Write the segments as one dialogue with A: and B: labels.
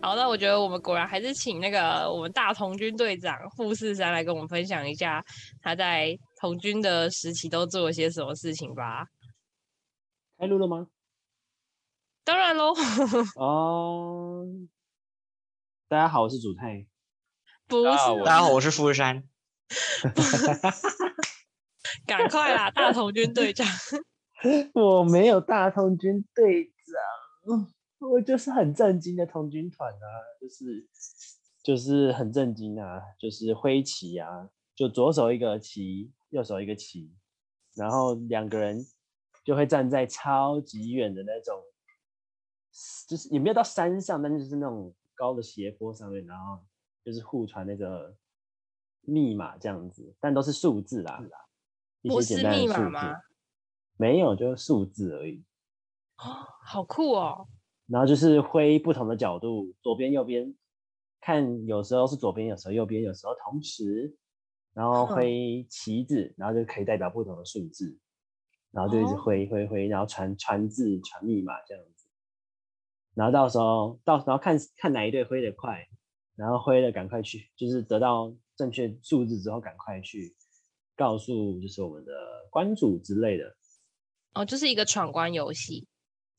A: 好，那我觉得我们果然还是请那个我们大童军队长傅士山来跟我们分享一下他在童军的时期都做了些什么事情吧。
B: 开录了吗？
A: 当然喽，
B: 啊哦，大家好，我是主太。
A: 不是
C: 啊
A: 我，
C: 我
A: 们
C: 大家好，我是富士山。
A: 赶快啦，大童军队长。
B: 我没有大童军队长，我就是很震惊的童军团啊，就是就是很震惊啊，就是挥旗啊，就左手一个旗，右手一个旗，然后两个人就会站在超级远的那种，就是也没有到山上，但就是那种高的斜坡上面，然后就是互传那个密码这样子，但都是数字啦，
A: 嗯
B: 一
A: 不
B: 些
A: 是
B: 简单的
A: 密
B: 数
A: 码
B: 字
A: 吗
B: 没有，就是数字而已。
A: 好酷哦！
B: 然后就是挥不同的角度，左边、右边，看有时候是左边，有时候右边，有时候同时，然后
A: 哼
B: 挥旗子，然后就可以代表不同的数字，然后就一直
A: 哦
B: 挥挥挥，然后传传字、传密码这样子。然后到时候到然后看看哪一队挥得快，然后挥了赶快去，就是得到正确数字之后赶快去告诉就是我们的关主之类的，
A: 哦，就是一个闯关游戏。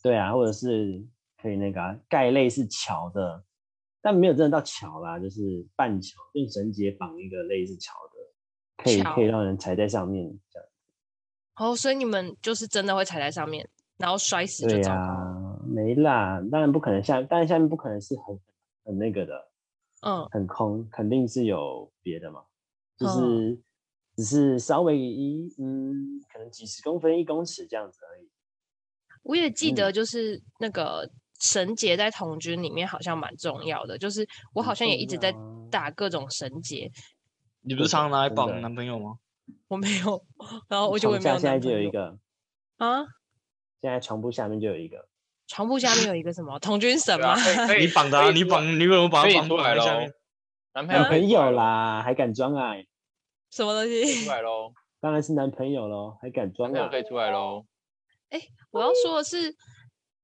B: 对啊，或者是可以那个、啊、盖类似桥的，但没有真的到桥啦，就是半桥，用绳结绑一个类似桥的，可以可以
A: 桥
B: 让人踩在上面这样。
A: 哦，所以你们就是真的会踩在上面，然后摔死就
B: 对
A: 糟
B: 呀、
A: 糕。
B: 啊，没啦，当然不可能下，当然下面不可能是很很那个的，
A: 嗯，
B: 很空，肯定是有别的嘛，就
A: 嗯
B: 是、只是稍微一嗯，可能几十公分、一公尺这样子而已。
A: 我也记
B: 嗯
A: 得，就是那个绳结在童军里面好像蛮重要的，就是我好
B: 很
A: 像也
B: 重
A: 一直在
B: 要啊
A: 打各种绳结，
C: 你不是常常拿来
B: 真的
C: 绑男朋友吗？
A: 我没有，然后我就
B: 床
A: 我也没
B: 下
A: 有
B: 现在
A: 男
B: 就
A: 朋
B: 有一
A: 友
B: 个，
A: 啊。
B: 现在床铺下面就有一个。
A: 床铺下面有一个什么童军绳
D: 对啊
A: 吗？
D: 可以可以
C: 你绑的啊，
D: 可以
C: 你
D: 出
C: 绑，你为什么把
D: 可
C: 它
D: 以
C: 绑
D: 出来哦
C: 绑在下
D: 喽
C: 面？
D: 男朋 友
B: 男朋友
C: 哎
D: 出来喽，
B: 啦，还敢装啊？
A: 什么东
D: 出
A: 西？
D: 来喽，
B: 当然是男朋友喽，还敢装
D: 男朋
B: 啊
D: 友？可以出来喽。
A: 我要说的是，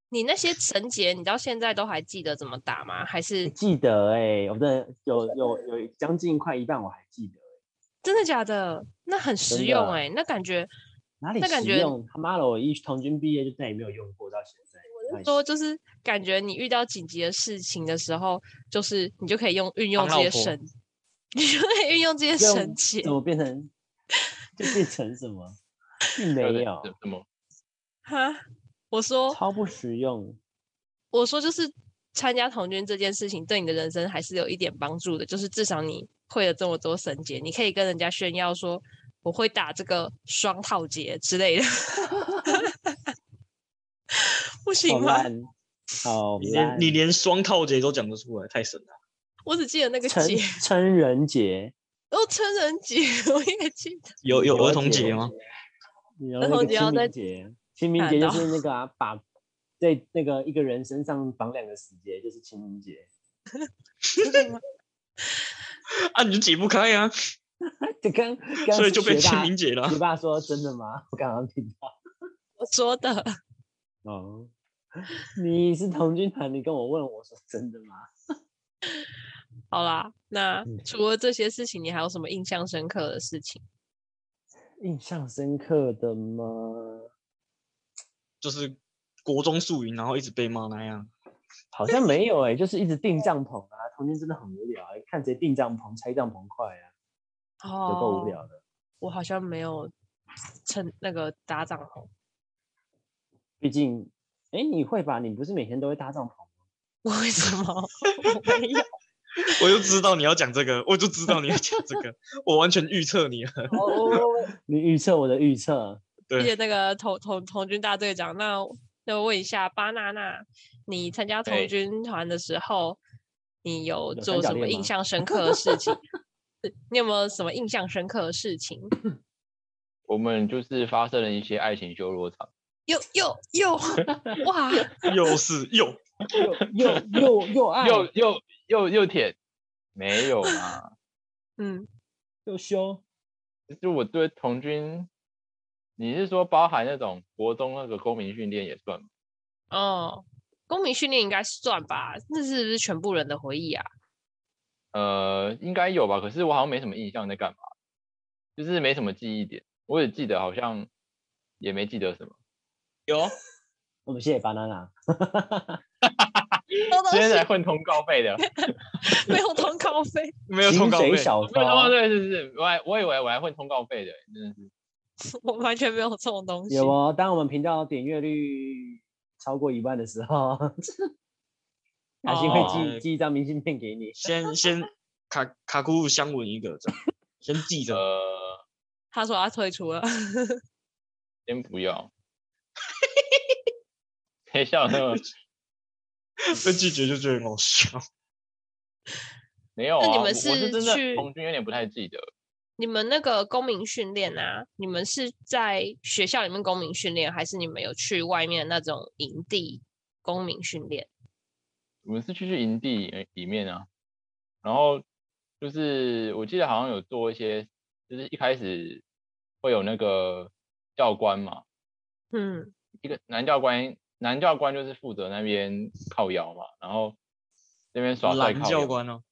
A: 你那些绳结，你到现在都还记得怎么打吗？还是
B: 记得哎、我的有有有将近快一半我还记得，
A: 真的假的？那很实
B: 真
A: 用
B: 的啊
A: 哎、那感觉
B: 哪里
A: 那感
B: 实
A: 觉
B: 用？他妈的，我一童军毕业就再也没有用过到现在。我
A: 说就是感觉你遇到紧急的事情的时候，就是你就可以用运用这
C: 当
A: 些
C: 老婆
A: 绳， 你就可以运用这些绳
B: 用
A: 结
B: 怎么变成 就变成什么？并没有，
D: 什么？
A: 哈。我说
B: 超不实用。
A: 我说就是参加童军这件事情对你的人生还是有一点帮助的，就是至少你会了这么多绳结，你可以跟人家炫耀说我会打这个双套结之类的， 不
B: 好
A: 行吗？
B: 烂，好
C: 你连
B: 烂。
C: 你连双套节都讲得出来，太神了！
A: 我只记得那个
B: 成
A: 结，
B: 成人节，
A: 哦，成人节我也记得，
C: 有有
B: 了
C: 儿童
B: 解
C: 节吗？
B: 你
A: 儿
B: 要那
A: 童
B: 个
A: 节要
B: 清
A: 再
B: 明节，清明
A: 看
B: 节就
A: 到
B: 是那个啊，把在那个一个人身上绑两个死结，就是清明节。
A: 真的吗？
C: 啊，你就解不开啊，
B: 这刚刚
C: 所以
B: 是
C: 就被
B: 学
C: 清
B: 霸
C: 明节了啊
B: 学。霸说真的吗？我刚刚听到。
A: 我说的，
B: 哦， 你是童军团，你跟我问我说真的吗？
A: 好啦，那
B: 嗯
A: 除了这些事情，你还有什么印象深刻的事情？
B: 印象深刻的吗？
C: 就是国中宿营，然后一直被骂那样。
B: 好像没有哎、就是一直订帐篷啊。童军真的很无聊、欸，看谁订帐篷、拆帐篷快啊，有够
A: 哦
B: 无，聊的。
A: 我好像没有趁那个打帐篷，
B: 毕竟，哎、你会吧？你不是每天都会搭帐篷吗？
A: 为什么 我没有？
C: 我就知道你要讲这个，我就知道你要讲这个，我完全预测你了。
B: 你预测我的预测，
A: 谢谢那
C: 对，
A: 个童童童军大队长。那那我问一下巴娜娜，你参加童
D: 哎
A: 军团的时候，你有
B: 有三
A: 做
B: 角
A: 什么
B: 恋
A: 印
B: 吗
A: 象深刻的事 情？是你有没有什么印象深刻的事情？
D: 我们就是发生了一些爱情修罗场，
A: 又又 又哇！
C: 又是又
B: 又又又又爱
D: 又又又又舔，没有啦，
A: 嗯，
B: 又羞，
D: 就是我对童军，你是说包含那种国中那个公民训练也算吗？
A: 哦，公民训练应该算吧？那是不是全部人的回忆啊？
D: 呃，应该有吧，可是我好像没什么印象在干嘛，就是没什么记忆点，我只记得好像也没记得什么。
C: 有
B: 我们谢谢 banana。
A: 偷东
D: 今天来
A: 西
D: 混通告费的，
A: 没有通告费，
C: 没有
B: 薪
C: 通告
B: 水
C: 费？
B: 小
D: 没有通告
B: 偷，
D: 费哦是不是？我还我以为我还混通告费的，真的是。
A: 我完全没有这种东西。
B: 有哦。当我们频道点阅率超过一万的时候， 阿星会
C: 哦
B: 寄寄一张明信片给你。
C: 先先卡卡库相吻一个，这样先记着。
D: 呃，
A: 他说他退出了，
D: 先不要。 谁笑 那么？
C: 被拒绝就觉得很好笑。
D: 没有啊，
A: 那你
D: 我
A: 们
D: 我是
A: 是
D: 真的
A: 去
D: 童军有点不太记得。
A: 你们那个公民训练啊，你们是在学校里面公民训练，还是你们有去外面那种营地公民训练？
D: 我们是去去营地呃里面啊，然后就是我记得好像有做一些，就是一开始会有那个教官嘛，
A: 嗯，
D: 一个男教官，男教官就是负责那边靠腰嘛，然后那边耍帅
C: 男
D: 靠
C: 教
D: 腰
C: 官哦，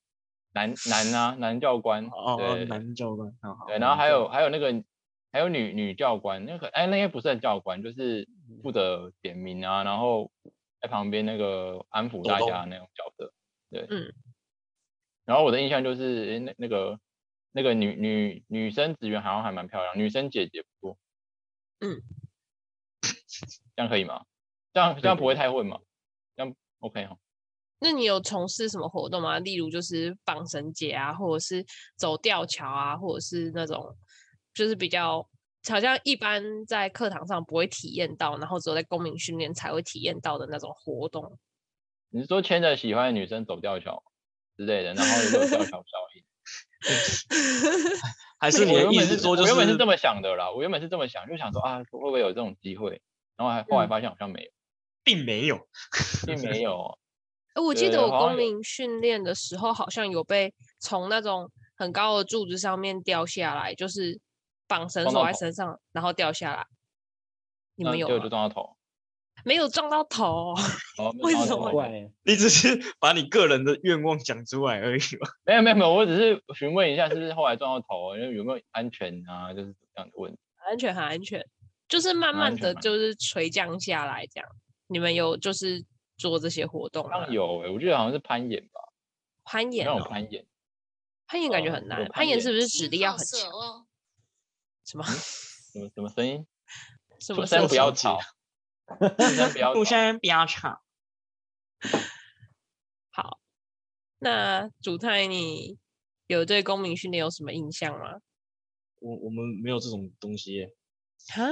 D: 男男啊，男教官，
C: 哦哦，
D: 对
C: 男教官，哦好好。
D: 对，然后
C: 男
D: 还
C: 教
D: 有还有那个还有女女教官，那个哎那个不是教官，就是
C: 嗯
D: 负责点名啊，然后在旁边那个安抚
C: 抖
D: 大
C: 动
D: 家那种角色。对，
A: 嗯。
D: 然后我的印象就是，哎那那个那个女女女生职员好像还蛮漂亮，女生姐姐不错。
A: 嗯，
D: 这样可以吗？这样这样
C: 可以
D: 不会太混吗？这样 OK 哈。
A: 那你有从事什么活动吗？例如就是绑绳结啊，或者是走吊桥啊，或者是那种就是比较好像一般在课堂上不会体验到，然后只有在公民训练才会体验到的那种活动。
D: 你是说牵着喜欢的女生走吊桥之类的，然后如果有吊桥效应？
C: 还
D: 我
C: 是你
D: 原
C: 的
D: 本
C: 意思说，就
D: 我原本是这么想的啦，我原本是这么想，就想说啊，会不会有这种机会？然后还后来
A: 嗯
D: 发现好像没有，
C: 并没有
D: 并没有。
A: 呃我记
D: 对
A: 得我
D: 好像
A: 公
D: 有
A: 民训练的时候，好像有被从那种很高的柱子上面掉下来，就是绑绳
D: 撞
A: 索
D: 到
A: 在
D: 头
A: 身上，然后掉下来。 你
D: 那
A: 们有
D: 嗯就
A: 吗
D: 就撞到头，
A: 没有撞到头？
D: 然后没有
A: 为
D: 撞
A: 什
D: 到
A: 么
D: 头
B: 怪欸，
C: 你只是 把你个人的愿望讲出来而已嘛。
D: 没有没有没有，我只是询问一下，是不是后来撞到头，哦因为有没有安全啊，就是这样的问题。
A: 很安全，很安全，就是慢
D: 很
A: 慢
D: 安全
A: 的
D: 吗
A: 就是垂降下来这样。你们有就是做这些活动
D: 好
A: 吗
D: 像？有诶、欸我记得好像是攀岩吧，
A: 攀
D: 那
A: 岩
D: 种
A: 哦，
D: 攀岩，
A: 攀岩感觉
D: 呃
A: 很
D: 有
A: 难，攀
D: 攀
A: 岩
D: 岩
A: 是不是
E: 吃
A: 指力要
E: 好
A: 很
E: 色
A: 强？
E: 哦，
A: 什么
D: 什么什么声音？
A: 什
D: 出
A: 么
D: 声
A: 射
D: 不
A: 手
D: 要
C: 手
D: 吵，出声 不要吵。
C: 在不要吵。
A: 好，那主太你有对公民训练有什么印象吗？
C: 我我们没有这种东西耶。
A: 啊，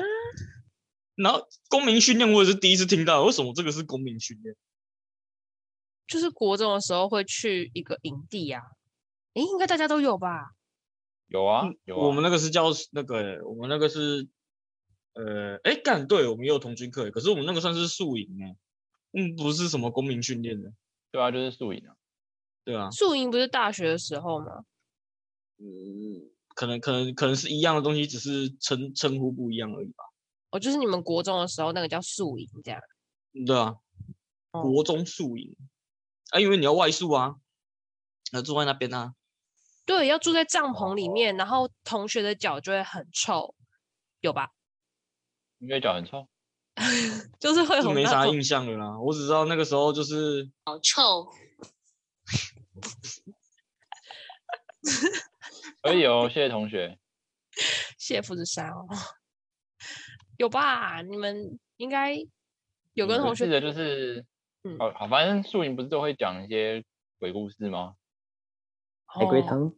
C: 然后公民训练我也是第一次听到，为什么这个是公民训练？
A: 就是国中的时候会去一个营地啊，诶，应该大家都有吧？
D: 有啊
C: 嗯
D: 有啊，
C: 我们那个是叫那个，我们那个是，呃，哎，干对，我们也有童军课耶，可是我们那个算是宿营哎，嗯，不是什么公民训练的，
D: 对啊，就是宿营啊，
C: 对啊，
A: 宿营不是大学的时候吗？
C: 嗯，可能可能可能是一样的东西，只是称称呼不一样而已吧，
A: 哦，就是你们国中的时候那个叫宿营这样。
C: 嗯对啊，
A: 哦
C: 国中宿营，啊，因为你要外宿啊，要住在那边啊，
A: 对，要住在帐篷里面，然后同学的脚就会很臭，有吧？
D: 因为脚很臭。
A: 就是会
C: 就
A: 有
C: 没
A: 那
C: 啥
A: 种
C: 印象了啦，我只知道那个时候就是
E: 好臭，
D: 可以哦，谢谢同学。
A: 谢父子沙哦，有吧？你们应该有
D: 嗯
A: 跟
D: 我
A: 同
D: 记
A: 学
D: 得就是，哦
A: 嗯
D: 好好，反正宿营不是都会讲一些鬼故事吗？
B: 海龟
A: 哦
B: 汤。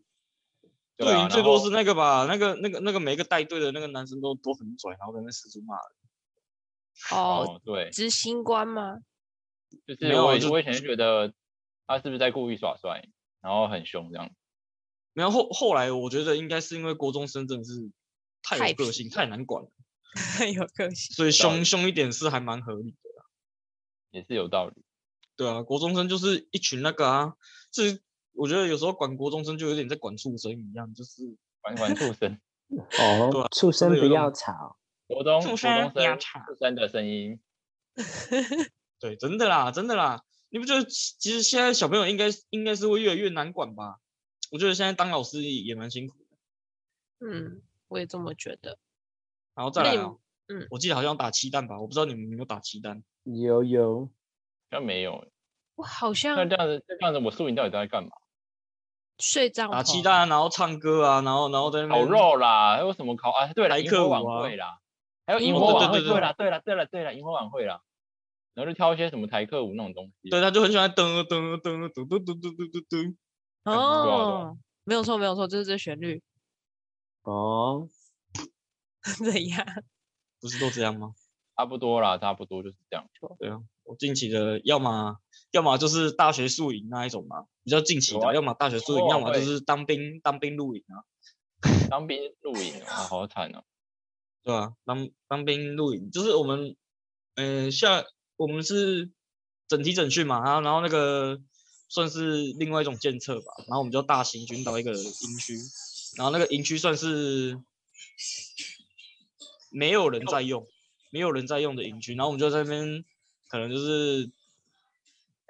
D: 对啊，
C: 最
D: 然
C: 多
D: 后
C: 是那个吧，那个那个那个每一个带队的那个男生都都很拽，然后在那四处骂人。
A: 哦，
D: 哦，对，
A: 执行官吗？
D: 就是
C: 没有啊
D: 我以
C: 就
D: 我以前就觉得他是不是在故意耍帅，然后很凶这样。
C: 没有后后来，我觉得应该是因为国中生真的是太
A: 太
C: 有个
A: 皮
C: 性，
A: 了啊
C: 太难管了，
A: 有个性，
C: 所以
D: 道
C: 凶
D: 理
C: 凶一点是还蛮合理的。
D: 也是有道理，
C: 对啊，国中生就是一群那个啊，就是我觉得有时候管国中生就有点在管畜生一样，就是
D: 玩玩畜生，
C: 啊
B: 哦，畜生
C: 真的有
B: 不
C: 一种
B: 要吵，
D: 国中
C: 畜
D: 国中
C: 生
D: 生
C: 不要吵
D: 畜生的声音，
C: 对，真的啦，真的啦，你不觉得其其实现在小朋友应该应该是会越来越难管吧？我觉得现在当老师也也蛮辛苦的。
A: 嗯，我也这么觉得。
C: 然后再
A: 那
C: 来
A: 你
C: 啊，
A: 嗯，
C: 我记得好像打鸡蛋吧，我不知道你们有没有打鸡蛋。
B: 有有，
D: 像没有。
A: 我好
D: 那
A: 像
D: 这样子，这样子，我宿营到底在干嘛？
A: 睡帐
C: 打
A: 篷，
C: 鸡蛋，然后唱歌啊，然后然后在那
D: 烤
C: 边
D: 肉啦，还有什么烤啊？对了，
C: 来
D: 萤
C: 客
D: 火
C: 舞
D: 晚
C: 啊
D: 会啦，还有
A: 嗯
D: 萤
A: 哦
D: 火
A: 对
C: 对
D: 晚会。
C: 对对
D: 对啦，对啦，对啦，对啦，萤火晚会啦。然后就挑一些什么台客舞那种东西。
C: 对，他就很喜欢噔噔噔噔噔噔噔噔噔。
D: 啊对啊
A: 哦，没有错，没有错，就是这旋律
B: 哦，
A: 怎样？
C: 不是都这样吗？啊
D: 差不多啦，差不多就是这样。
C: 我近期的要么要么就是大学宿营那一种嘛，比较近期
D: 有
C: 的，
D: 啊
C: 要么大学宿
D: 有
C: 营，
D: 啊
C: 要么就
D: 会
C: 是当兵当兵露营啊，
D: 当兵露营啊，好惨哦。
C: 对吧、当当兵露营就是我们，呃，下我们是整体整训嘛，然后然后那个算是另外一种建测吧，然后我们就大行军到一个营区，然后那个营区算是没有人在用，没有人在用的营区，然后我们就在那边可能就是，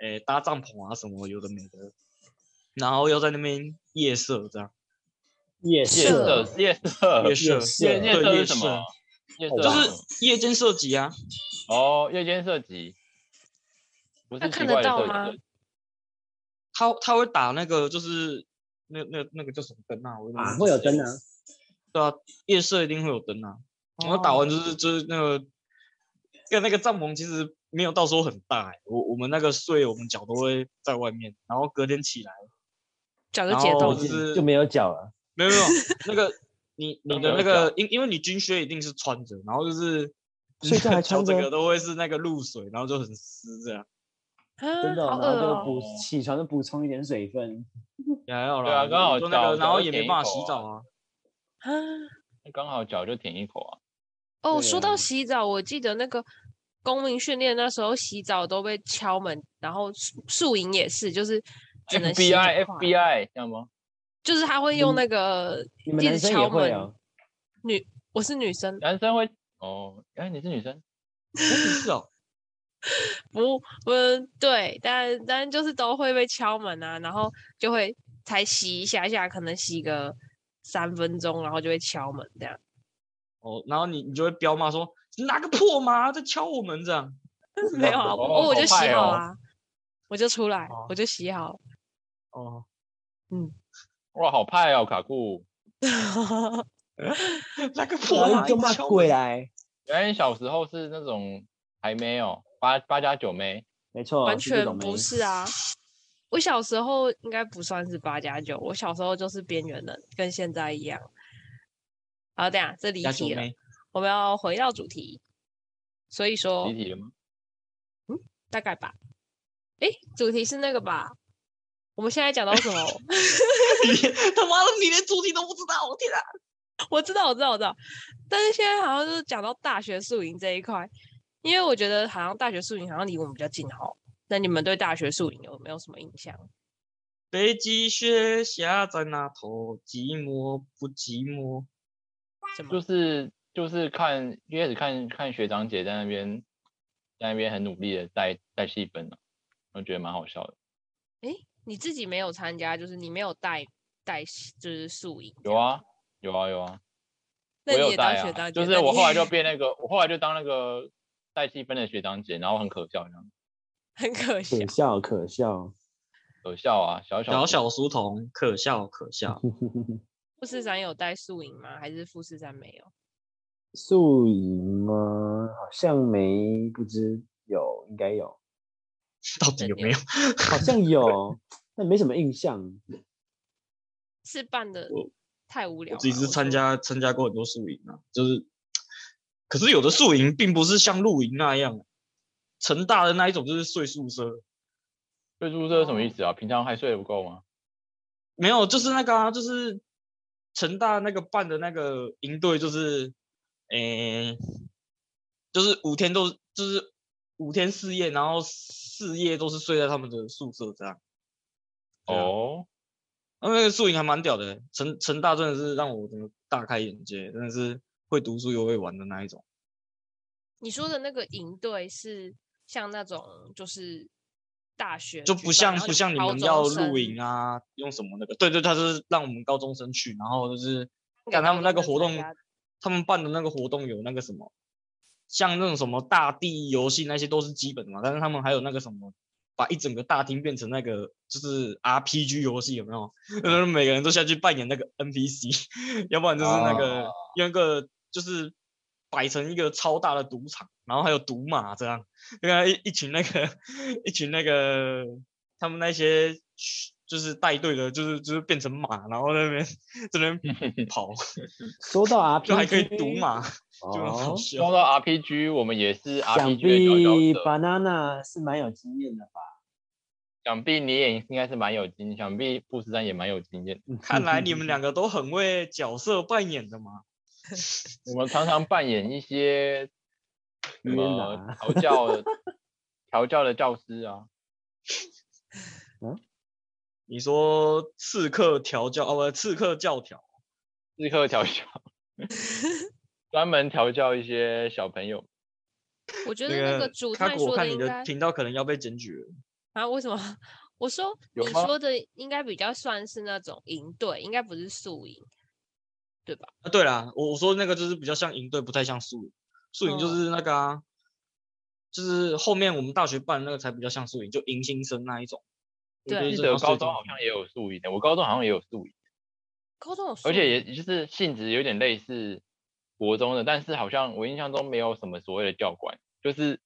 C: 诶、搭帐篷啊什么有的没的，然后要在那边夜射这样，
B: 夜
A: 是啊
D: 夜
A: 色
D: 色，夜色，
C: 夜射，
B: 射
D: 呃夜夜色
C: 对夜
D: 是什么？啊夜色
B: 就
C: 就
D: 什么
C: 是夜间射击啊，
D: 哦，夜间射击，不
A: 那
D: 是奇
A: 看得
D: 怪的
A: 到
D: 射击
A: 吗
D: 射击，
C: 他他会打那个就是那那那个叫什么灯啊？我
B: 啊，会有灯啊，
C: 对啊，夜射一定会有灯啊。然后打完
B: 哦
C: 就是就是那个，跟那个帐篷其实没有到时候很大、欸，我我们那个睡我们脚都会在外面，然后隔天起来，
A: 脚就
C: 然
A: 解
C: 后
A: 冻
C: 哦就
A: 了，
C: 是
B: 就没有脚了，
C: 没有没有 那个你你
D: 都
C: 的
D: 没
C: 那
D: 有
C: 个因因为你军靴一定是穿着，然后就是
B: 睡觉还穿
C: 整
B: 着
C: 个都会是那个露水，然后就很湿这样，
A: 啊
B: 真的
A: 好
B: 哦，然
A: 饿
B: 后就
A: 哦。
B: 补起床就补充一点水分，
C: 也还好啦。
D: 对啊刚好
C: 就那
D: 脚
C: 个，然
D: 脚
C: 后
D: 会
C: 也
D: 舔
C: 没
D: 一
C: 办法
D: 口
C: 洗
D: 啊
C: 澡啊。
A: 啊
D: 那刚好脚就舔一口啊。
A: 哦，
B: 对
A: 说
B: 啊
A: 到洗澡，我记得那个公民训练那时候洗澡都被敲门，然后宿宿营也是，就是只能洗啊
D: FBI
A: 很快
D: FBI 这样吗？
A: 就是他会用
B: 嗯
A: 那个
B: 你们
A: 一
B: 男
A: 直
B: 生也
A: 敲
B: 会
A: 门。
B: 啊？
A: 女，我是女生，
D: 男生会哦，哎、你是女生，
C: 哎是哦，
A: 不，嗯，对，但但就是都会被敲门啊，然后就会才洗一下下，可能洗个三分钟，然后就会敲门这样。
C: 哦，然后你你就会彪骂说拿个破麻在敲我们这样，
A: 没有啊，
D: 哦
A: 我我就
D: 好
A: 洗
D: 坏
A: 好
D: 哦
A: 啊，我就出来
C: 哦，
A: 我就洗好。
C: 哦，
D: 哇，好派哦，卡酷，
C: 拿个破
B: 然
C: 麻
B: 后就骂
C: 敲我
B: 鬼啊
C: 们
B: 来，
D: 原来你小时候是那种还没有八八加九妹，
B: 没错，
A: 完
B: 哦是这
A: 全
B: 种
A: 不
B: 妹
A: 是啊。我小时候应该不算是八加九，我小时候就是边缘人，跟现在一样。好，等一下这离
C: 加九
A: 题了，
C: 妹，
A: 我们要回到主题。所以说
D: 集，体了吗？
A: 大概吧。诶，主题是那个吧？我们现在讲到什么？
C: 你 他妈的你连主题都不知道，我天啊！
A: 我知道，我知道，我知道。但是现在好像就是讲到大学宿营这一块，因为我觉得好像大学宿营好像离我们比较近哈。那你们对大学宿营有没有什么印象？
C: 北极雪下在那头，寂寞不寂寞？
A: 什么？
D: 就是就是看一开始看看学长姐在那边在那边很努力的带带气氛啊，我觉得蛮好笑的。
A: 你自己没有参加，就是你没有带带就是宿营这
D: 有
A: 样，
D: 啊有啊有啊，
A: 那
D: 我
A: 你
D: 有
A: 也当
D: 带
A: 学
D: 啊，
A: 长姐，
D: 就是
A: 那
D: 我
A: 你
D: 后来就变那个，我后来就当那个带气氛的学长姐，然后很可笑这样，
A: 很可惜
B: 可。笑可笑，
D: 可笑啊，小小
C: 小
D: 小
C: 小书童，可笑可笑。
A: 富士山有带宿营吗？还是富士山没有？
B: 宿营吗？好像没，不知有，应该有，
C: 到底有没有？
B: 好像有，但没什么印象。
A: 是办的
C: 我
A: 太无聊
C: 我
A: 了。
C: 自己是参
A: 说
C: 加参加过很多宿营啊，就是，可是有的宿营并不是像露营那样，成大的那一种就是睡宿舍，
D: 睡宿舍是什么意思啊？平常还睡得不够吗？
C: 没有，就是那个啊，就是成大那个办的那个营队，就是，诶、就是五天都就是五天四夜，然后四夜都是睡在他们的宿舍这样。对啊
D: 哦，
C: 然后那个宿营还蛮屌的、成成大真的是让我整个大开眼界，真的是会读书又会玩的那一种。
A: 你说的那个营队是像那种就是大学
C: 就
A: 举
C: 不
A: 办
C: 像
A: 然后
C: 不像你
A: 高
C: 们
A: 中
C: 要
A: 生
C: 露营啊，用什么那个？对对，他就是让我们高中生去，然后就是
A: 给
C: 干他
A: 高
C: 们那
A: 中
C: 个
A: 生
C: 活
A: 参
C: 动
A: 加，
C: 他们办的那个活动有那个什么，像那种什么大地游戏那些都是基本的嘛，但是他们还有那个什么。把一整个大厅变成那个就是 RPG 游戏有没有？ 然后每个人都下去扮演那个 NPC，要不 然就是那个
D: 哦
C: 用一个就是摆成一个超大的赌场，然后还有赌马这样，因为一一群那个一群那个他们那些就是带队的，就是就是变成马，然后在那边在那边跑，
B: 说到 RPG，
C: 就还可以赌马，就很好
B: 哦，
C: 笑。
D: 说到 RPG，我们也是
B: 想
D: RPG
B: 必
D: 的佼佼者。
B: banana 是蛮有经验的吧？
D: 想必你也应该是蛮有经，想必布斯丹也蛮有经验。
C: 看来你们两个都很会角色扮演的嘛。
D: 我们常常扮演一些什
B: 有点难
D: 么
B: 啊
D: 调教调教的教师啊，
C: 你说刺客调教哦，不，刺客教条，
D: 日课 调教，专门调教一些小朋友。
A: 我觉
C: 那
A: 得那个主
C: 卡
A: 太
C: 古，我
A: 说
C: 看
A: 的应
C: 你的
A: 该
C: 频道可能要被检举了。
A: 啊，为什么？ 我说
D: 有
A: 你
D: 吗
A: 说的应该比较算是那种营队，应该不是宿营，对吧？
C: 啊，对啦，我我说那个就是比较像营队，不太像宿营。宿营就
A: 嗯
C: 是那个啊，就是后面我们大学办的那个才比较像宿营，就迎新生那一种。我
A: 对
C: 觉
D: 记
C: 这
D: 得
C: 要
D: 高
C: 睡
D: 中
C: 觉
D: 好像也有宿营的，我高中好像也有宿营，
A: 高中有宿
D: 而且
A: 营
D: 也也就是性质有点类似国中的，但是好像我印象中没有什么所谓的教官，就是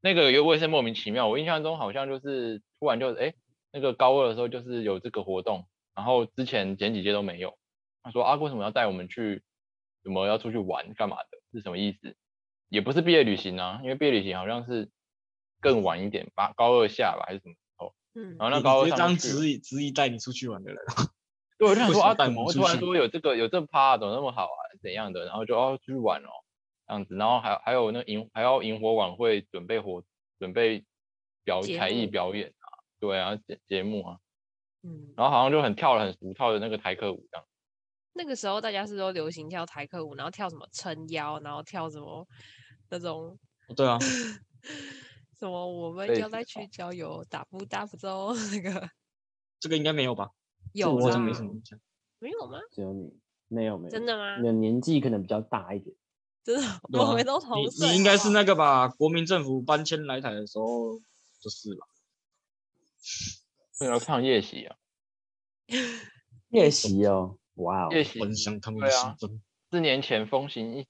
D: 那个又卫生莫名其妙。我印象中好像就是突然就哎，那个高二的时候就是有这个活动，然后之前前几届都没有。他说啊，为什么要带我们去？什么要出去玩干嘛的？是什么意思？也不是毕业旅行啊，因为毕业旅行好像是更晚一点，八高二下吧还是什么时候？
A: 嗯，
D: 然后
C: 你
D: 那高
C: 你直
D: 二
C: 接
D: 上
C: 当
D: 就去了
C: 执意执意带你出去玩的人，
D: 对，我就想
C: 为
D: 说
C: 什么
D: 啊，
C: 带
D: 怎
C: 我
D: 么
C: 们
D: 会
C: 出
D: 突然
C: 去
D: 说有这个有这趴、怎么那么好啊，怎样的？然后就哦出去玩哦，这样子，然后还还有那萤还要萤火晚会准备活准备表
A: 节
D: 才艺
A: 目
D: 表演啊，对啊节节目啊，
A: 嗯，
D: 然后好像就很跳了很俗套的那个台客舞这样，
A: 那个时候大家是都流行跳台客舞，然后跳什么撑腰，然后跳什么那种
C: 对啊，
A: 什么我们
D: 类
A: 要
D: 似
A: 再
D: 的
A: 去郊游，打不打不周那个
C: 这个应该没有吧？
A: 有
B: 我
C: 我
A: 啦，
C: 真没什么印象。
A: 没有吗？
B: 只有你没有没有，
A: 真的吗
B: 你的年纪可能比较大一点。
A: 真的，
C: 对啊
A: 我们都同
C: 你
A: 岁，
C: 你应
D: 哦
C: 该
A: 好不
C: 是
A: 好
C: 那个吧？国民政府搬迁来台的时候就是吧？
D: 为什么要唱夜袭啊？
B: 夜袭哦，哇哦，
D: 夜袭
C: 分享他们的
D: 对
C: 心
D: 啊
C: 声。
D: 四年前风行一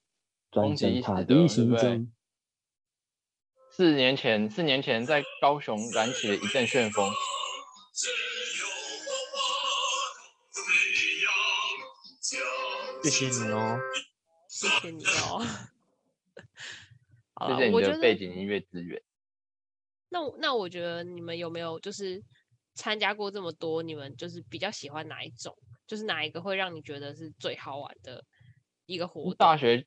B: 转
D: 攻击
B: 身
D: 一
B: 塔
D: 时
B: 第一
D: 的对
B: 行
D: 不对
B: 踪，
D: 四年前四年前在高雄燃起了一阵旋风，
C: 谢谢你哦，
A: 谢谢你哦。 好
D: 谢
A: 啦
D: 谢你
A: 啊我觉
D: 的背
A: 得
D: 景音乐资源。
A: 那我那我觉得你们有没有就是参加过这么多，你们就是比较喜欢哪一种？就是哪一个会让你觉得是最好玩的一个活动？
D: 大学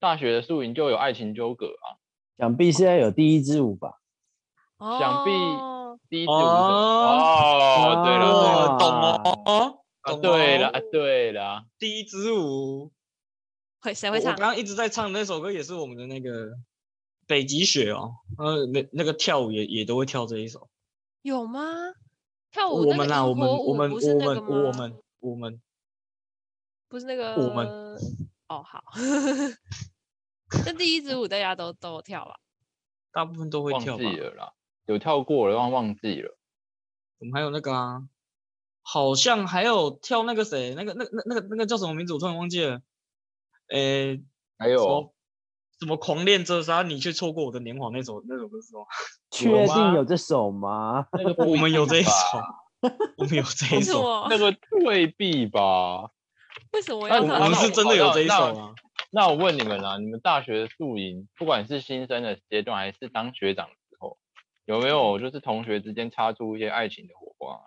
D: 大学的宿营就有爱情纠葛啊，
B: 想必现在有第一支舞吧？
D: 想必
A: 哦
D: 第一支舞者哦，对了对了
B: 哦
C: 哦，懂哦哦，
D: 啊
C: 懂
D: 对
C: 哦
D: 了啊对了啊，
C: 第一支舞，
A: 会谁
C: 我
A: 会
C: 我
A: 唱
C: 刚？刚一直在唱那首歌，也是我们的那个北极雪哦，呃，那那个跳舞也也都会跳这一首。
A: 有吗？跳舞
C: 我
A: 哦那
C: 们
A: 个
C: 啦，
A: 萤
C: 我们
A: 火
C: 我
A: 舞
C: 们
A: 不
C: 我
A: 是那个
C: 们
A: 吗？
C: 我们我们
A: 不是那个
C: 我们
A: 哦，好。 那第一支舞大家都都有跳吧？
C: 大部分都会
D: 忘
C: 跳吧。
D: 记了啦，有跳过了，忘忘记了。
C: 我们还有那个啊，好像还有跳那个谁，那个那那那个那个叫什么名字，我突然忘记了。诶，
D: 还
C: 什
D: 有
C: 么什么狂恋遮杀，你却错过我的年华那首那首歌 是吗？
B: 确
D: 吗
B: 定有这首吗？
D: 那个
C: 我
D: 不
C: 们有这一首
D: 吧，
C: 我们有这
A: 为
C: 一
A: 什
C: 首，
A: 么
D: 那？个未必吧。
A: 为什么
D: 那
A: 要
C: 我
D: 那
A: 唱
D: 那
A: 这
C: 们
A: 种
C: 是真的有这一首
D: 那
C: 啊。
D: 那我问你们啊，你们大学宿营，不管是新生的阶段还是当学长的时候，有没有就是同学之间擦出一些爱情的火花？啊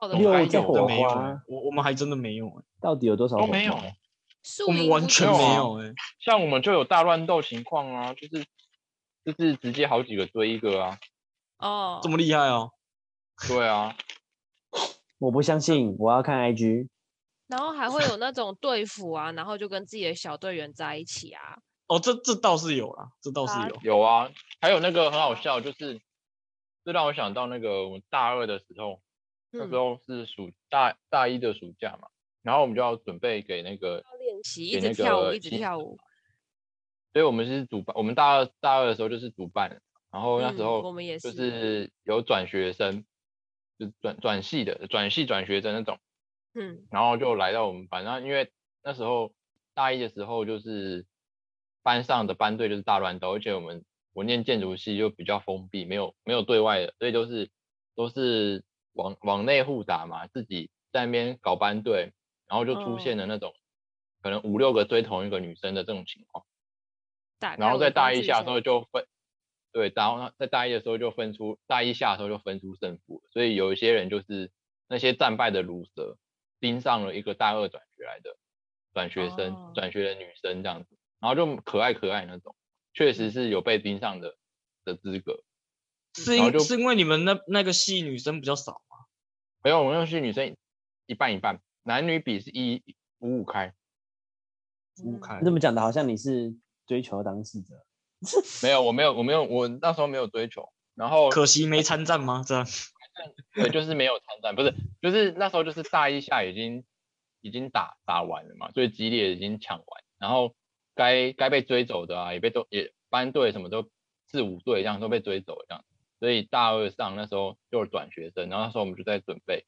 A: 跳的
D: 我
A: 舞
B: 又
D: 还有
B: 在
C: 真
B: 火
C: 没有欸
B: 花，
C: 我我们还真的没有欸，
B: 到底有多少
D: 都
B: 火
D: 没有
B: 花
D: 欸
A: 宿
C: 我们
A: 营
C: 完
A: 不
C: 全
A: 是
D: 没
C: 没
D: 有
C: 有哎。
D: 像我们就有大乱斗情况啊，就是就是直接好几个追一个啊，
A: 哦，
C: 这么厉害哦！
D: 对啊，
B: 我不相信，我要看 IG。
A: 然后还会有那种队服啊，然后就跟自己的小队员在一起啊，
C: 哦，这这倒是有啦，这倒是
A: 啊
C: 有。
D: 有啊，还有那个很好笑，就是这让我想到那个我们大二的时候，那时
A: 嗯
D: 候是暑大大一的暑假嘛，然后我们就要准备给那个
A: 要练习，一
D: 给
A: 直
D: 那
A: 跳舞，
D: 个
A: 一直
D: 新
A: 跳舞。
D: 所以我们是主办，我们大二大二的时候就是主办，然后那时
A: 嗯
D: 候、
A: 我们也
D: 就是是有转学生，就转转系的转系转学生那种，
A: 嗯，
D: 然后就来到我们班，然后因为那时候大一的时候就是班上的班队就是大乱斗，而且我们我念建筑系就比较封闭，没有没有对外的，所以都是都是往往内互打嘛，自己在那边搞班队，然后就出现了那种、可能五六个追同一个女生的这种情况。
A: 打
D: 然
A: 开
D: 后
A: 我的
D: 在大
A: 工
D: 一
A: 具
D: 下的
A: 箱
D: 时候就分，对，然后在大一的时候就分出，大一下的时候就分出胜负，所以有一些人就是那些战败的卤蛇，盯上了一个大二转学来的转学生、
A: 哦
D: 转学的女生这样子，然后就可爱可爱那种，确实是有被盯上的的资格。
C: 是
D: 然后
C: 因
D: 就是
C: 因为你们那那个系女生比较少嘛，
D: 没有，我们那是女生一半一半，男女比是一五五开，
A: 嗯
C: 五开
B: 你这么讲的，好像你是追求当事者。，
D: 没有，我没有，我没有，我那时候没有追求，然后
C: 可惜没参战吗？这 样
D: 对，就是没有参战，不是，就是那时候就是大一下已经已经打打完了嘛，所以激烈已经抢完，然后该该被追走的啊，也被都也班队什么都四五队这样都被追走了这样，所以大二上那时候就是转学生，然后那时候我们就在准备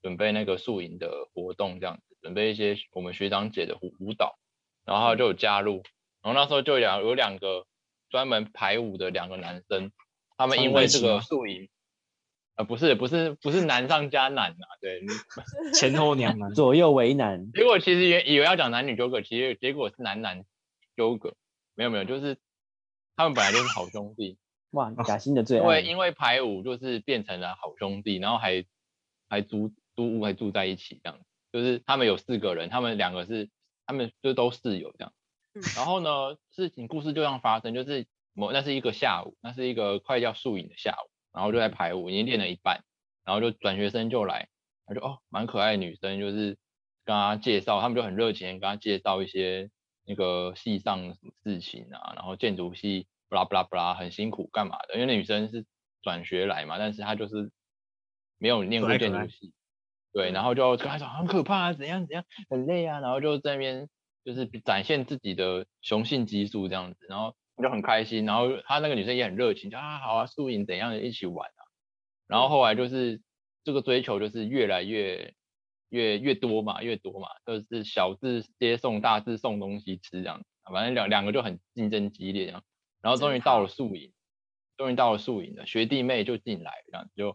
D: 准备那个宿营的活动这样子，准备一些我们学长姐的舞舞蹈，然后就有加入，然后那时候就有两有两个专门排舞的两个男生，他们
C: 穿
D: 因
C: 围
D: 为这
C: 裙吗
D: 个宿营。啊，不是不是不是难上加难啊，对。
C: 前后两难
B: 左右为难，
D: 结果其实原以为要讲男女纠葛，其实结果是男男纠葛，没有没有，就是他们本来就是好兄弟，
B: 哇，贾欣的最
D: 啊因为
B: 爱，
D: 因为排舞就是变成了好兄弟，然后还还租租屋还住在一起这样，就是他们有四个人，他们两个是他们就都室友这样
A: 嗯。
D: 然后呢，事情故事就这样发生，就是某那是一个下午，那是一个快要宿营的下午，然后就在排舞，已经练了一半，然后就转学生就来，他就哦蛮可爱的女生，就是跟他介绍，他们就很热情，跟他介绍一些那个系上的什么事情啊，然后建筑系不啦不啦不啦，很辛苦干嘛的？因为那女生是转学来嘛，但是她就是没有念
C: 可
D: 过
C: 爱
D: 建
C: 可
D: 筑
C: 爱
D: 系，对，然后就跟他说很可怕啊，怎样怎样，很累啊，然后就在那边就是展现自己的雄性激素这样子，然后我就很开心，然后她那个女生也很热情，就啊好啊，宿营怎样一起玩啊，然后
A: 嗯
D: 后来就是这个追求就是越来越越越多嘛，越多嘛，就是小字接送，大字送东西吃这样，反正两两个就很竞争激烈这样。然后终
A: 真
D: 于到
A: 好
D: 了宿营，终于到了宿营了，学弟妹就进来了，这样子就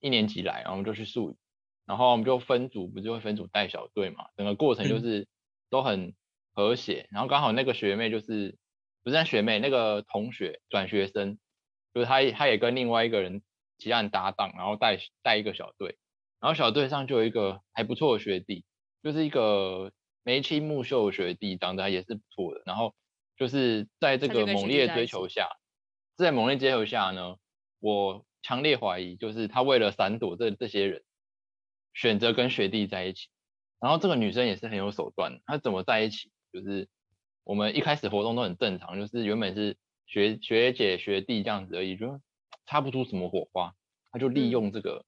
D: 一年级来，然后我们就去宿营，然后我们就分组，不就会分组带小队嘛，整个过程就
C: 嗯
D: 是都很和谐。然后刚好那个学妹就是不是那学妹，那个同学转学生，就是他也他也跟另外一个人其他人搭档，然后带带一个小队，然后小队上就有一个还不错的学弟，就是一个眉清目秀的学弟，长得也是不错的。然后就是在这
A: 他就
D: 个
A: 跟
D: 猛
A: 学弟
D: 烈
A: 在一
D: 追
A: 起
D: 求下，在猛烈追求下呢，我强烈怀疑，就是他为了闪躲这这些人，选择跟学弟在一起。然后这个女生也是很有手段的，她怎么在一起？就是我们一开始活动都很正常，就是原本是学学姐学弟这样子而已，就擦不出什么火花。她就
A: 嗯
D: 利用这个、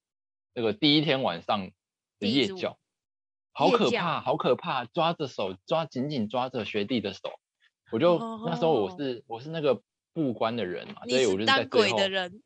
D: 这个第一天晚上的
A: 第一
D: 夜
A: 支舞
D: 教，好
A: 夜
D: 可
A: 教
D: 怕，好可怕！抓着手，抓紧紧抓着学弟的手，我就、那时候我
A: 哦
D: 是我是那个布关的人嘛，
A: 你
D: 所以我
A: 是
D: 就在
A: 当
D: 最
A: 鬼
D: 后，
A: 的 人，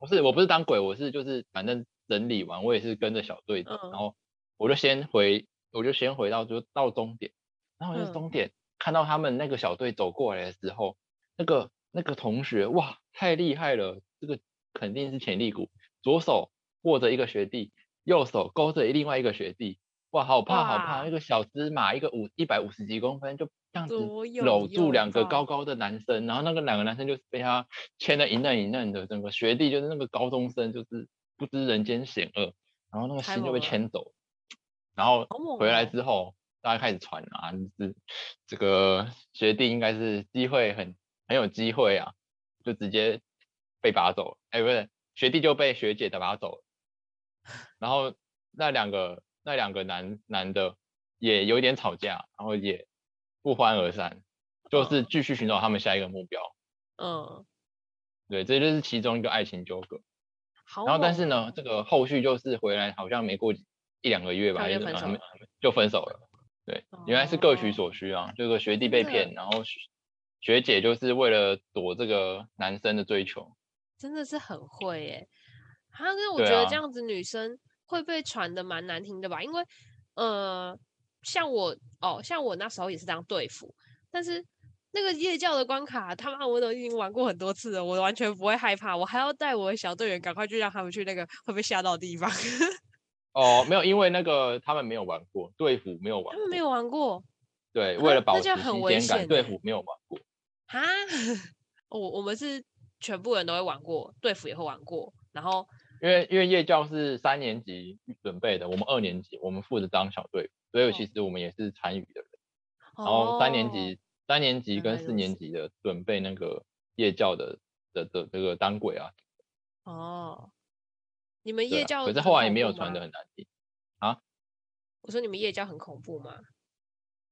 D: 不是我不是当鬼，我是就是反正整理完，我也是跟着小队走，
A: 嗯
D: 然后我就先回，我就先回到就到终点，然后我就
A: 嗯
D: 终点、看到他们那个小队走过来的时候，那个那个同学哇太厉害了，这个肯定是潜力股，左手握着一个学弟，右手勾着另外一个学弟，哇好怕好怕，
A: 哇
D: 那个小芝麻一个五一百五十几公分就这样子
A: 左右
D: 嗯搂住
A: 右
D: 两个
A: 抱
D: 高高的男生，然后那个两个男生就是被他牵得一嫩一嫩的，整个学弟就是那个高中生，就是不知人间险恶，然后那个
A: 太
D: 心就被
A: 猛了
D: 牵走，然后
A: 好猛
D: 回来
A: 哦
D: 之后，大家开始传啊，就是这个学弟应该是机会很很有机会啊，就直接被拔走了，哎、不是学弟就被学姐的拔走了，然后那两个那两个男男的也有点吵架，然后也不欢而散。就是继续寻找他们下一个目标。
A: 嗯，
D: 对，这就是其中一个爱情纠葛。
A: 好猛哦。
D: 然后但是呢，这个后续就是回来好像没过几一两个月吧，
A: 他们就
D: 就
A: 分手哦
D: 他们就分手了。对，原来是各取所需啊，这个学弟被
A: 真的
D: 骗，然后学学姐就是为了躲这个男生的追求，
A: 真的是很会耶、好像跟我
D: 嗯对
A: 觉得
D: 啊
A: 这样子女生会被传的蛮难听的吧，因为呃，像我哦，像我那时候也是当队服，但是那个夜教的关卡，他妈我都已经玩过很多次了，我完全不会害怕，我还要带我的小队员赶快去让他们去那个会被吓到的地方，
D: 哦，没有，因为那个他们没有玩过，队服没有玩
A: 他
D: 过，
A: 们没有玩过
D: 对，
A: 那
D: 为了保
A: 那
D: 持
A: 这样很
D: 新
A: 危
D: 鲜感，
A: 险
D: 队
A: 欸
D: 服没有玩过。
A: 哈，我我们是全部人都会玩过，队服也会玩过，然后
D: 因为因为夜教是三年级准备的，我们二年级我们负责当小队，所以
A: 哦
D: 其实我们也是参与的人。然后哦三年级、三年级
A: 原
D: 跟
A: 来
D: 四
A: 如
D: 年
A: 此
D: 级的准备那个夜教的的的这个单轨啊，
A: 哦哦，你们
D: 对
A: 夜
D: 啊
A: 教
D: 可是
A: 很
D: 后来也
A: 恐
D: 没有
A: 怖吗
D: 传的很难听。
A: 我说你们夜教很恐怖吗？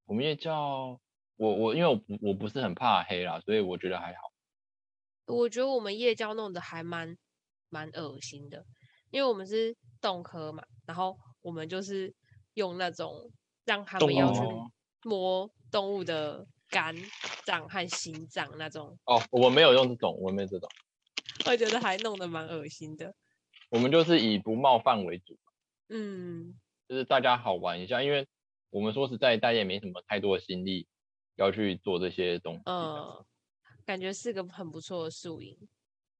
D: 我们夜教，我我因为我不我不是很怕黑啦，所以我觉得还好。
A: 我觉得我们夜教弄得还蛮蛮恶心的，因为我们是动科嘛，然后我们就是用那种让他们
C: 动
A: 要去
D: 物
A: 摸动物的肝脏和心脏那种，
D: 哦，我没有用这种，我没有这种，
A: 我觉得还弄得蛮恶心的。
D: 我们就是以不冒犯为主，
A: 嗯，
D: 就是大家好玩一下，因为我们说实在，大家也没什么太多的心力要去做这些东西。
A: 呃，感觉是个很不错的宿营。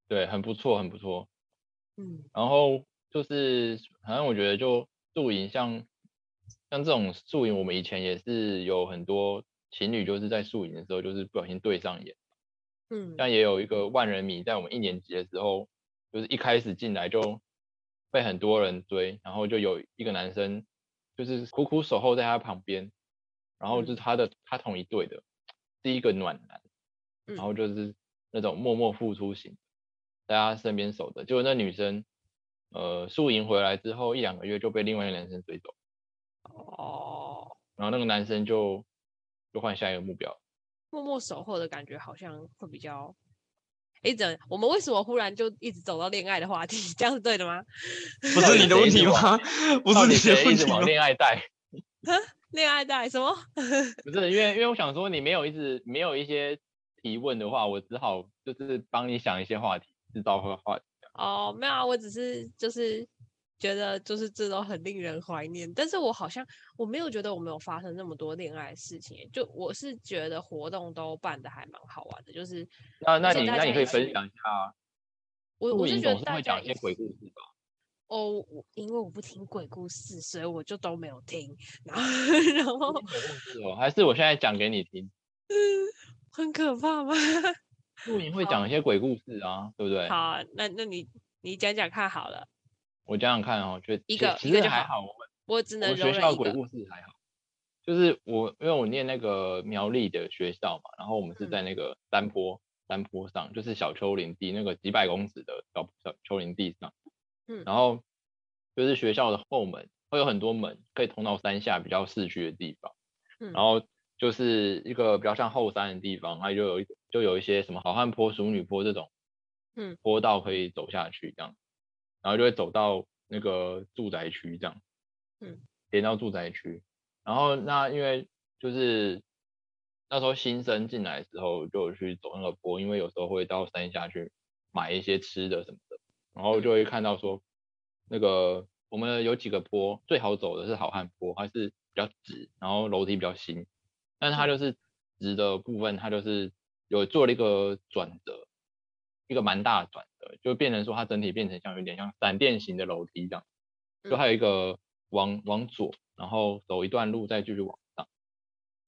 D: 对，很不错，很不错。
A: 嗯，
D: 然后就是，反正我觉得就宿营像像这种宿营，我们以前也是有很多情侣就是在宿营的时候就是不小心对上眼，
A: 嗯，
D: 像也有一个万人迷，在我们一年级的时候，就是一开始进来就被很多人追，然后就有一个男生就是苦苦守候在他旁边，然后就
A: 嗯
D: 是他的他同一队的，是一个暖男，
A: 嗯
D: 然后就是那种默默付出型，在他身边守着。结果那女生，呃，宿营回来之后一两个月就被另外一个男生追走，
A: 哦，
D: 然后那个男生就就换下一个目标。
A: 默默守候的感觉好像会比较。哎，等我们为什么忽然就一直走到恋爱的话题？ 这样是对的吗？
C: 不是你的问题吗？不
D: 到
C: 是
D: 底
C: 你的
D: 谁一
C: 问
D: 直
C: 题吗
D: 往？恋爱带？
A: 恋爱带什么？
D: 不是因为因为我想说你没有一直没有一些提问的话，我只好就是帮你想一些话题，制造话话题。
A: 哦，没有啊，我只是就是觉得就是这都很令人怀念，但是我好像我没有觉得我没有发生那么多恋爱的事情耶，欸就我是觉得活动都办的还蛮好玩的，就是
D: 那那
A: 就
D: 你
A: 大
D: 那
A: 家
D: 你可
A: 一
D: 以分
A: 起
D: 享一下，
A: 我
D: 露
A: 我是
D: 营
A: 觉
D: 总
A: 得
D: 是
A: 大
D: 会
A: 家
D: 讲一些
A: 起
D: 鬼故事 吧？
A: 哦，我因为我不听鬼故事，所以我就都没有听，然后 然后
D: 鬼故事哦，还是我现在讲给你听？
A: 很可怕吗？
D: 露营会讲一些鬼故事啊，对不对？
A: 好啊，那那你你讲讲看好了，
D: 我想想看哦，觉得
A: 一
D: 其
A: 个
D: 其
A: 一个
D: 实
A: 就
D: 还
A: 好
D: 好，我们
A: 我只能
D: 我
A: 容
D: 学
A: 忍
D: 校
A: 一
D: 的鬼
A: 个。
D: 故事还好，就是我因为我念那个苗栗的学校嘛，然后我们
A: 嗯
D: 是在那个山坡、山坡上，就是小丘陵地那个几百公尺的小小丘陵地上，
A: 嗯
D: 然后就是学校的后门会有很多门可以通到山下比较市区的地方，
A: 嗯
D: 然后就是一个比较像后山的地方，它就有一就有一些什么好汉坡、熟女坡这种，
A: 嗯，
D: 坡道可以走下去这样，然后就会走到那个住宅区这样，
A: 嗯，
D: 连到住宅区，然后那因为就是那时候新生进来的时候就有去走那个坡，因为有时候会到山下去买一些吃的什么的，然后就会看到说那个我们有几个坡最好走的是好汉坡，它是比较直，然后楼梯比较新，但是它就是直的部分，它就是有做了一个转折，一个蛮大的转折，就变成说它整体变成像有点像闪电型的楼梯这样，就
A: 嗯
D: 还有一个往往左，然后走一段路再继续往上，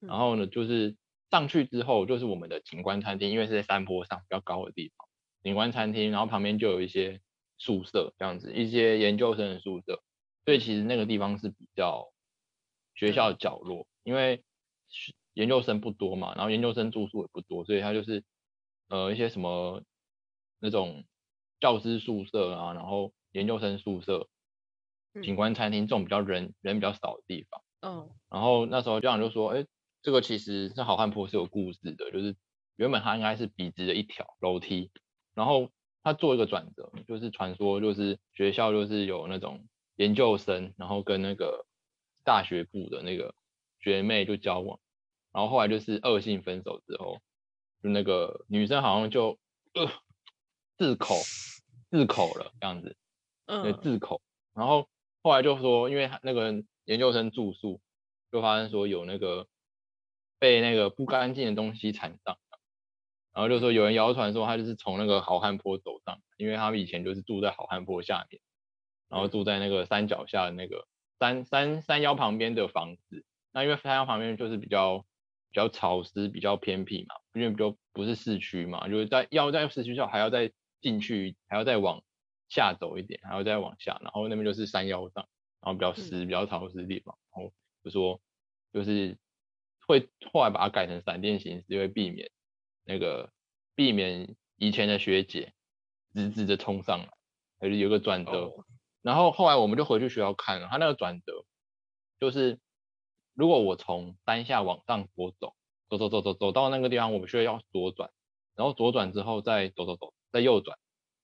D: 然
A: 嗯
D: 后呢就是上去之后就是我们的景观餐厅，因为是在山坡上比较高的地方。景观餐厅，然后旁边就有一些宿舍这样子，一些研究生的宿舍，所以其实那个地方是比较学校的角落，因为学研究生不多嘛，然后研究生住宿也不多，所以它就是呃一些什么那种教师宿舍啊，然后研究生宿舍、
A: 嗯
D: 景观餐厅这种比较人人比较少的地方。
A: 嗯
D: 然后那时候家长就说，哎，这个其实是好汉坡是有故事的，就是原本它应该是笔直的一条楼梯，然后它做一个转折，就是传说就是学校就是有那种研究生，然后跟那个大学部的那个学妹就交往，然后后来就是恶性分手之后，就那个女生好像就呃自口自口了这样子，对，
A: 嗯，
D: 自口。然后后来就说，因为他那个研究生住宿，就发现说有那个被那个不干净的东西缠上，然后就说有人谣传说他就是从那个好汉坡走上，因为他们以前就是住在好汉坡下面，然后住在那个山脚下的那个山山山腰旁边的房子。那因为山腰旁边就是比较比较潮湿、比较偏僻嘛，因为比较不是市区嘛，就是在要在市区上还要再进去，还要再往下走一点，还要再往下，然后那边就是山腰上，然后比较湿、比较潮湿的地方，然后就说就是会后来把它改成闪电形式，因为避免那个避免以前的学姐直直的冲上来，还是有个转折。然后后来我们就回去学校看了，他那个转折就是，如果我从山下往上坡走，走走走走走到那个地方，我们需要要左转，然后左转之后再走走走，再右转，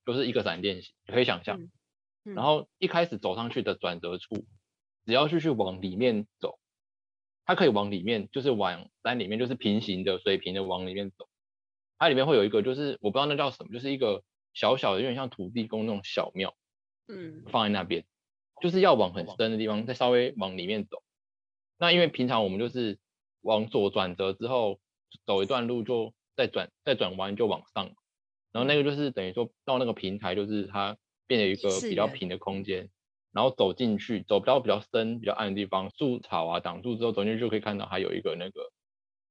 D: 就是一个闪电形，你可以想象。
A: 嗯嗯
D: 然后一开始走上去的转折处，只要继续往里面走，它可以往里面，就是往山里面，就是平行的、水平的往里面走。它里面会有一个，就是我不知道那叫什么，就是一个小小的，有点像土地公那种小庙。
A: 嗯
D: 放在那边，就是要往很深的地方，再稍微往里面走。那因为平常我们就是往左转折之后，走一段路就再转再转弯就往上，然后那个就是等于说到那个平台，就是它变成一个
A: 次
D: 比较
A: 元
D: 平的空间，然后走进去，走到比较深、比较暗的地方，树草啊挡住之后，走进去就可以看到它有一个那个，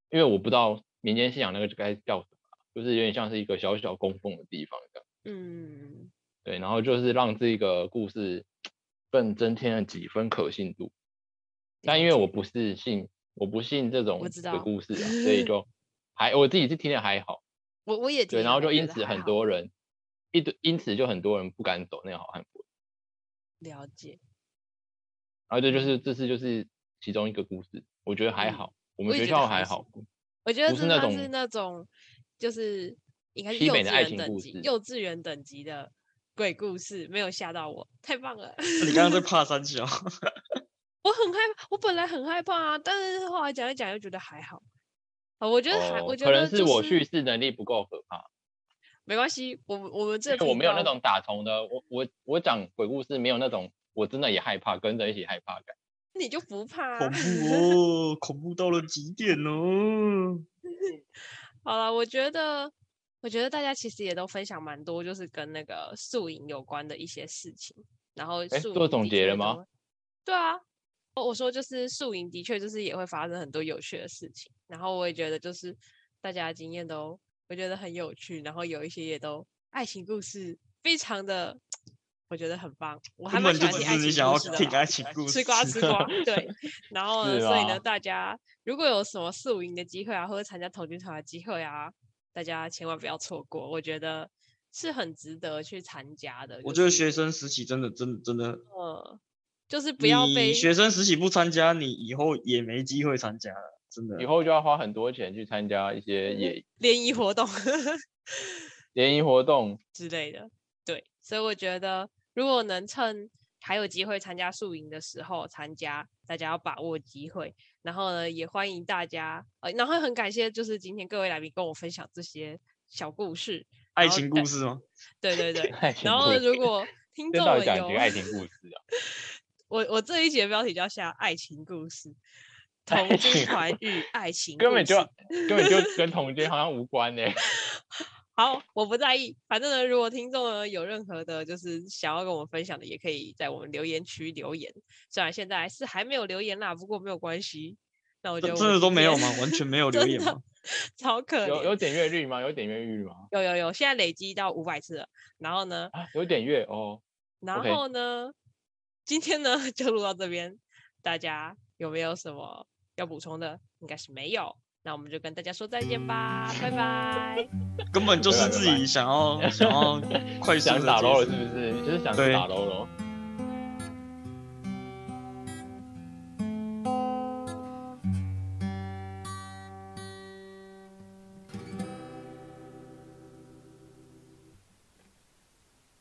D: 因为我不知道民间信仰那个该叫什么啊，就是有点像是一个小小供奉的地方这样。
A: 嗯，
D: 对，然后就是让这个故事更增添了几分可信度。但因为
A: 了
D: 我
A: 解
D: 不是信，我不信这种
A: 知
D: 的
A: 道
D: 故事啊，所以就还我自己是听的还好，
A: 我我也
D: 对，
A: 听
D: 然
A: 了
D: 后就
A: 我觉
D: 因
A: 得
D: 此
A: 还
D: 很
A: 好
D: 多人一堆，因此就很多人不敢走那个好汉坡。
A: 了解，
D: 然后这就是这是就是其中一个故事，我觉得还
A: 嗯
D: 好，
A: 我
D: 我们
A: 也觉
D: 学
A: 得
D: 校
A: 还
D: 还
A: 行
D: 好，
A: 我觉得
D: 不
A: 这
D: 是那
A: 算是
D: 种
A: 那种就是应该是
D: 凄
A: 幼
D: 美的
A: 稚
D: 爱
A: 园
D: 情
A: 等
D: 故
A: 级
D: 事
A: 幼稚园等级的鬼故事，没有吓到我，太棒了。
C: 你刚刚在怕三 小，
A: 我很害怕，我本来很害怕啊，但是后来讲一讲又觉得还好。啊，我觉得还，
D: 哦
A: 我觉
D: 可能
A: 得
D: 是
A: 就
D: 我
A: 是
D: 叙事能力不够可怕，
A: 没关系，我们我们这
D: 因为我
A: 频
D: 没有那
A: 道
D: 种打从的，我我我讲鬼故事没有那种我真的也害怕，跟着一起害怕感。
A: 你就不怕、
C: 恐
A: 啊。
C: 怖哦，恐怖到了极点 哦。
A: 好了，我觉得，我觉得大家其实也都分享蛮多，就是跟那个宿营有关的一些事情。然后
D: 诶
A: 宿
D: 做
A: 营
D: 总
A: 的
D: 结
A: 确
D: 了吗
A: 都会？对啊，我我说就是宿营的确就是也会发生很多有趣的事情。然后我也觉得就是大家的经验都我觉得很有趣，然后有一些也都爱情故事非常的，我觉得很棒。我还
C: 根
A: 蛮
C: 本
A: 喜欢
C: 就只
A: 听爱
C: 是
A: 情
C: 你想要
A: 故事的
C: 听
A: 啦。
C: 爱情故啊事，
A: 吃瓜吃 瓜，对。然后呢，
D: 是
A: 所以
D: 啦
C: 啊
A: 呢，大家如果有什么宿营的机会啊，或者参加童军团的机会啊，大家千万不要错过，我觉得是很值得去参加的。就
C: 我觉得
A: 是
C: 学生时期真的真的真的，
A: 呃，就是不要被
C: 你学生时期不参加，你以后也没机会参加了，真的
D: 以。后就要花很多钱去参加一些野
A: 联谊活动
D: 联谊活动。
A: 之类的。对，所以我觉得如果能趁还有机会参加宿营的时候参加，大家要把握机会。然后呢，也欢迎大家，呃，然后很感谢就是今天各位来宾跟我分享这些小故事，
C: 爱
A: 然后
C: 情
A: 带
C: 故事吗？
A: 对对 对
D: 爱。情
A: 然后
D: 故
A: 呢，
D: 事
A: 如果 听
D: 这
A: 众
D: 到
A: 们
D: 底讲几
A: 有
D: 个爱情故事 啊？
A: 我我这一集的标题叫下爱情故事，
D: 爱
A: 同军
D: 情
A: 团与爱情
D: 根
A: 故
D: 本就
A: 事
D: 根本就跟同居好像无关 呢、
A: 好，我不在意。反正呢，如果听众呢有任何的，就是想要跟我们分享的，也可以在我们留言区留言。虽然现在是还没有留言啦，不过没有关系。那我觉得
C: 真
A: 我
C: 真
A: 们
C: 的都
A: 今
C: 没有
A: 天
C: 吗？完全没有留
A: 真
C: 言
A: 的
C: 吗？
A: 超可
D: 有
A: 怜。
D: 有点阅率吗？有点阅率吗？
A: 有有有，现在累积到五百次了。然后呢，
D: 啊，有点阅哦。
A: 然
D: OK
A: 后呢，今天呢 就录到这边，大家有没有什么要补充的？应该是没有，那我们就跟大家说再见吧，拜拜。
C: 根本就
D: 拜
C: 是
D: 拜
C: 自
D: 拜拜
C: 己想要想要快速
D: 想
C: 的
D: 打 LO 了
C: 结
D: 是
C: 束。
D: 不是？你就是想
C: 对
D: 打 LO 了？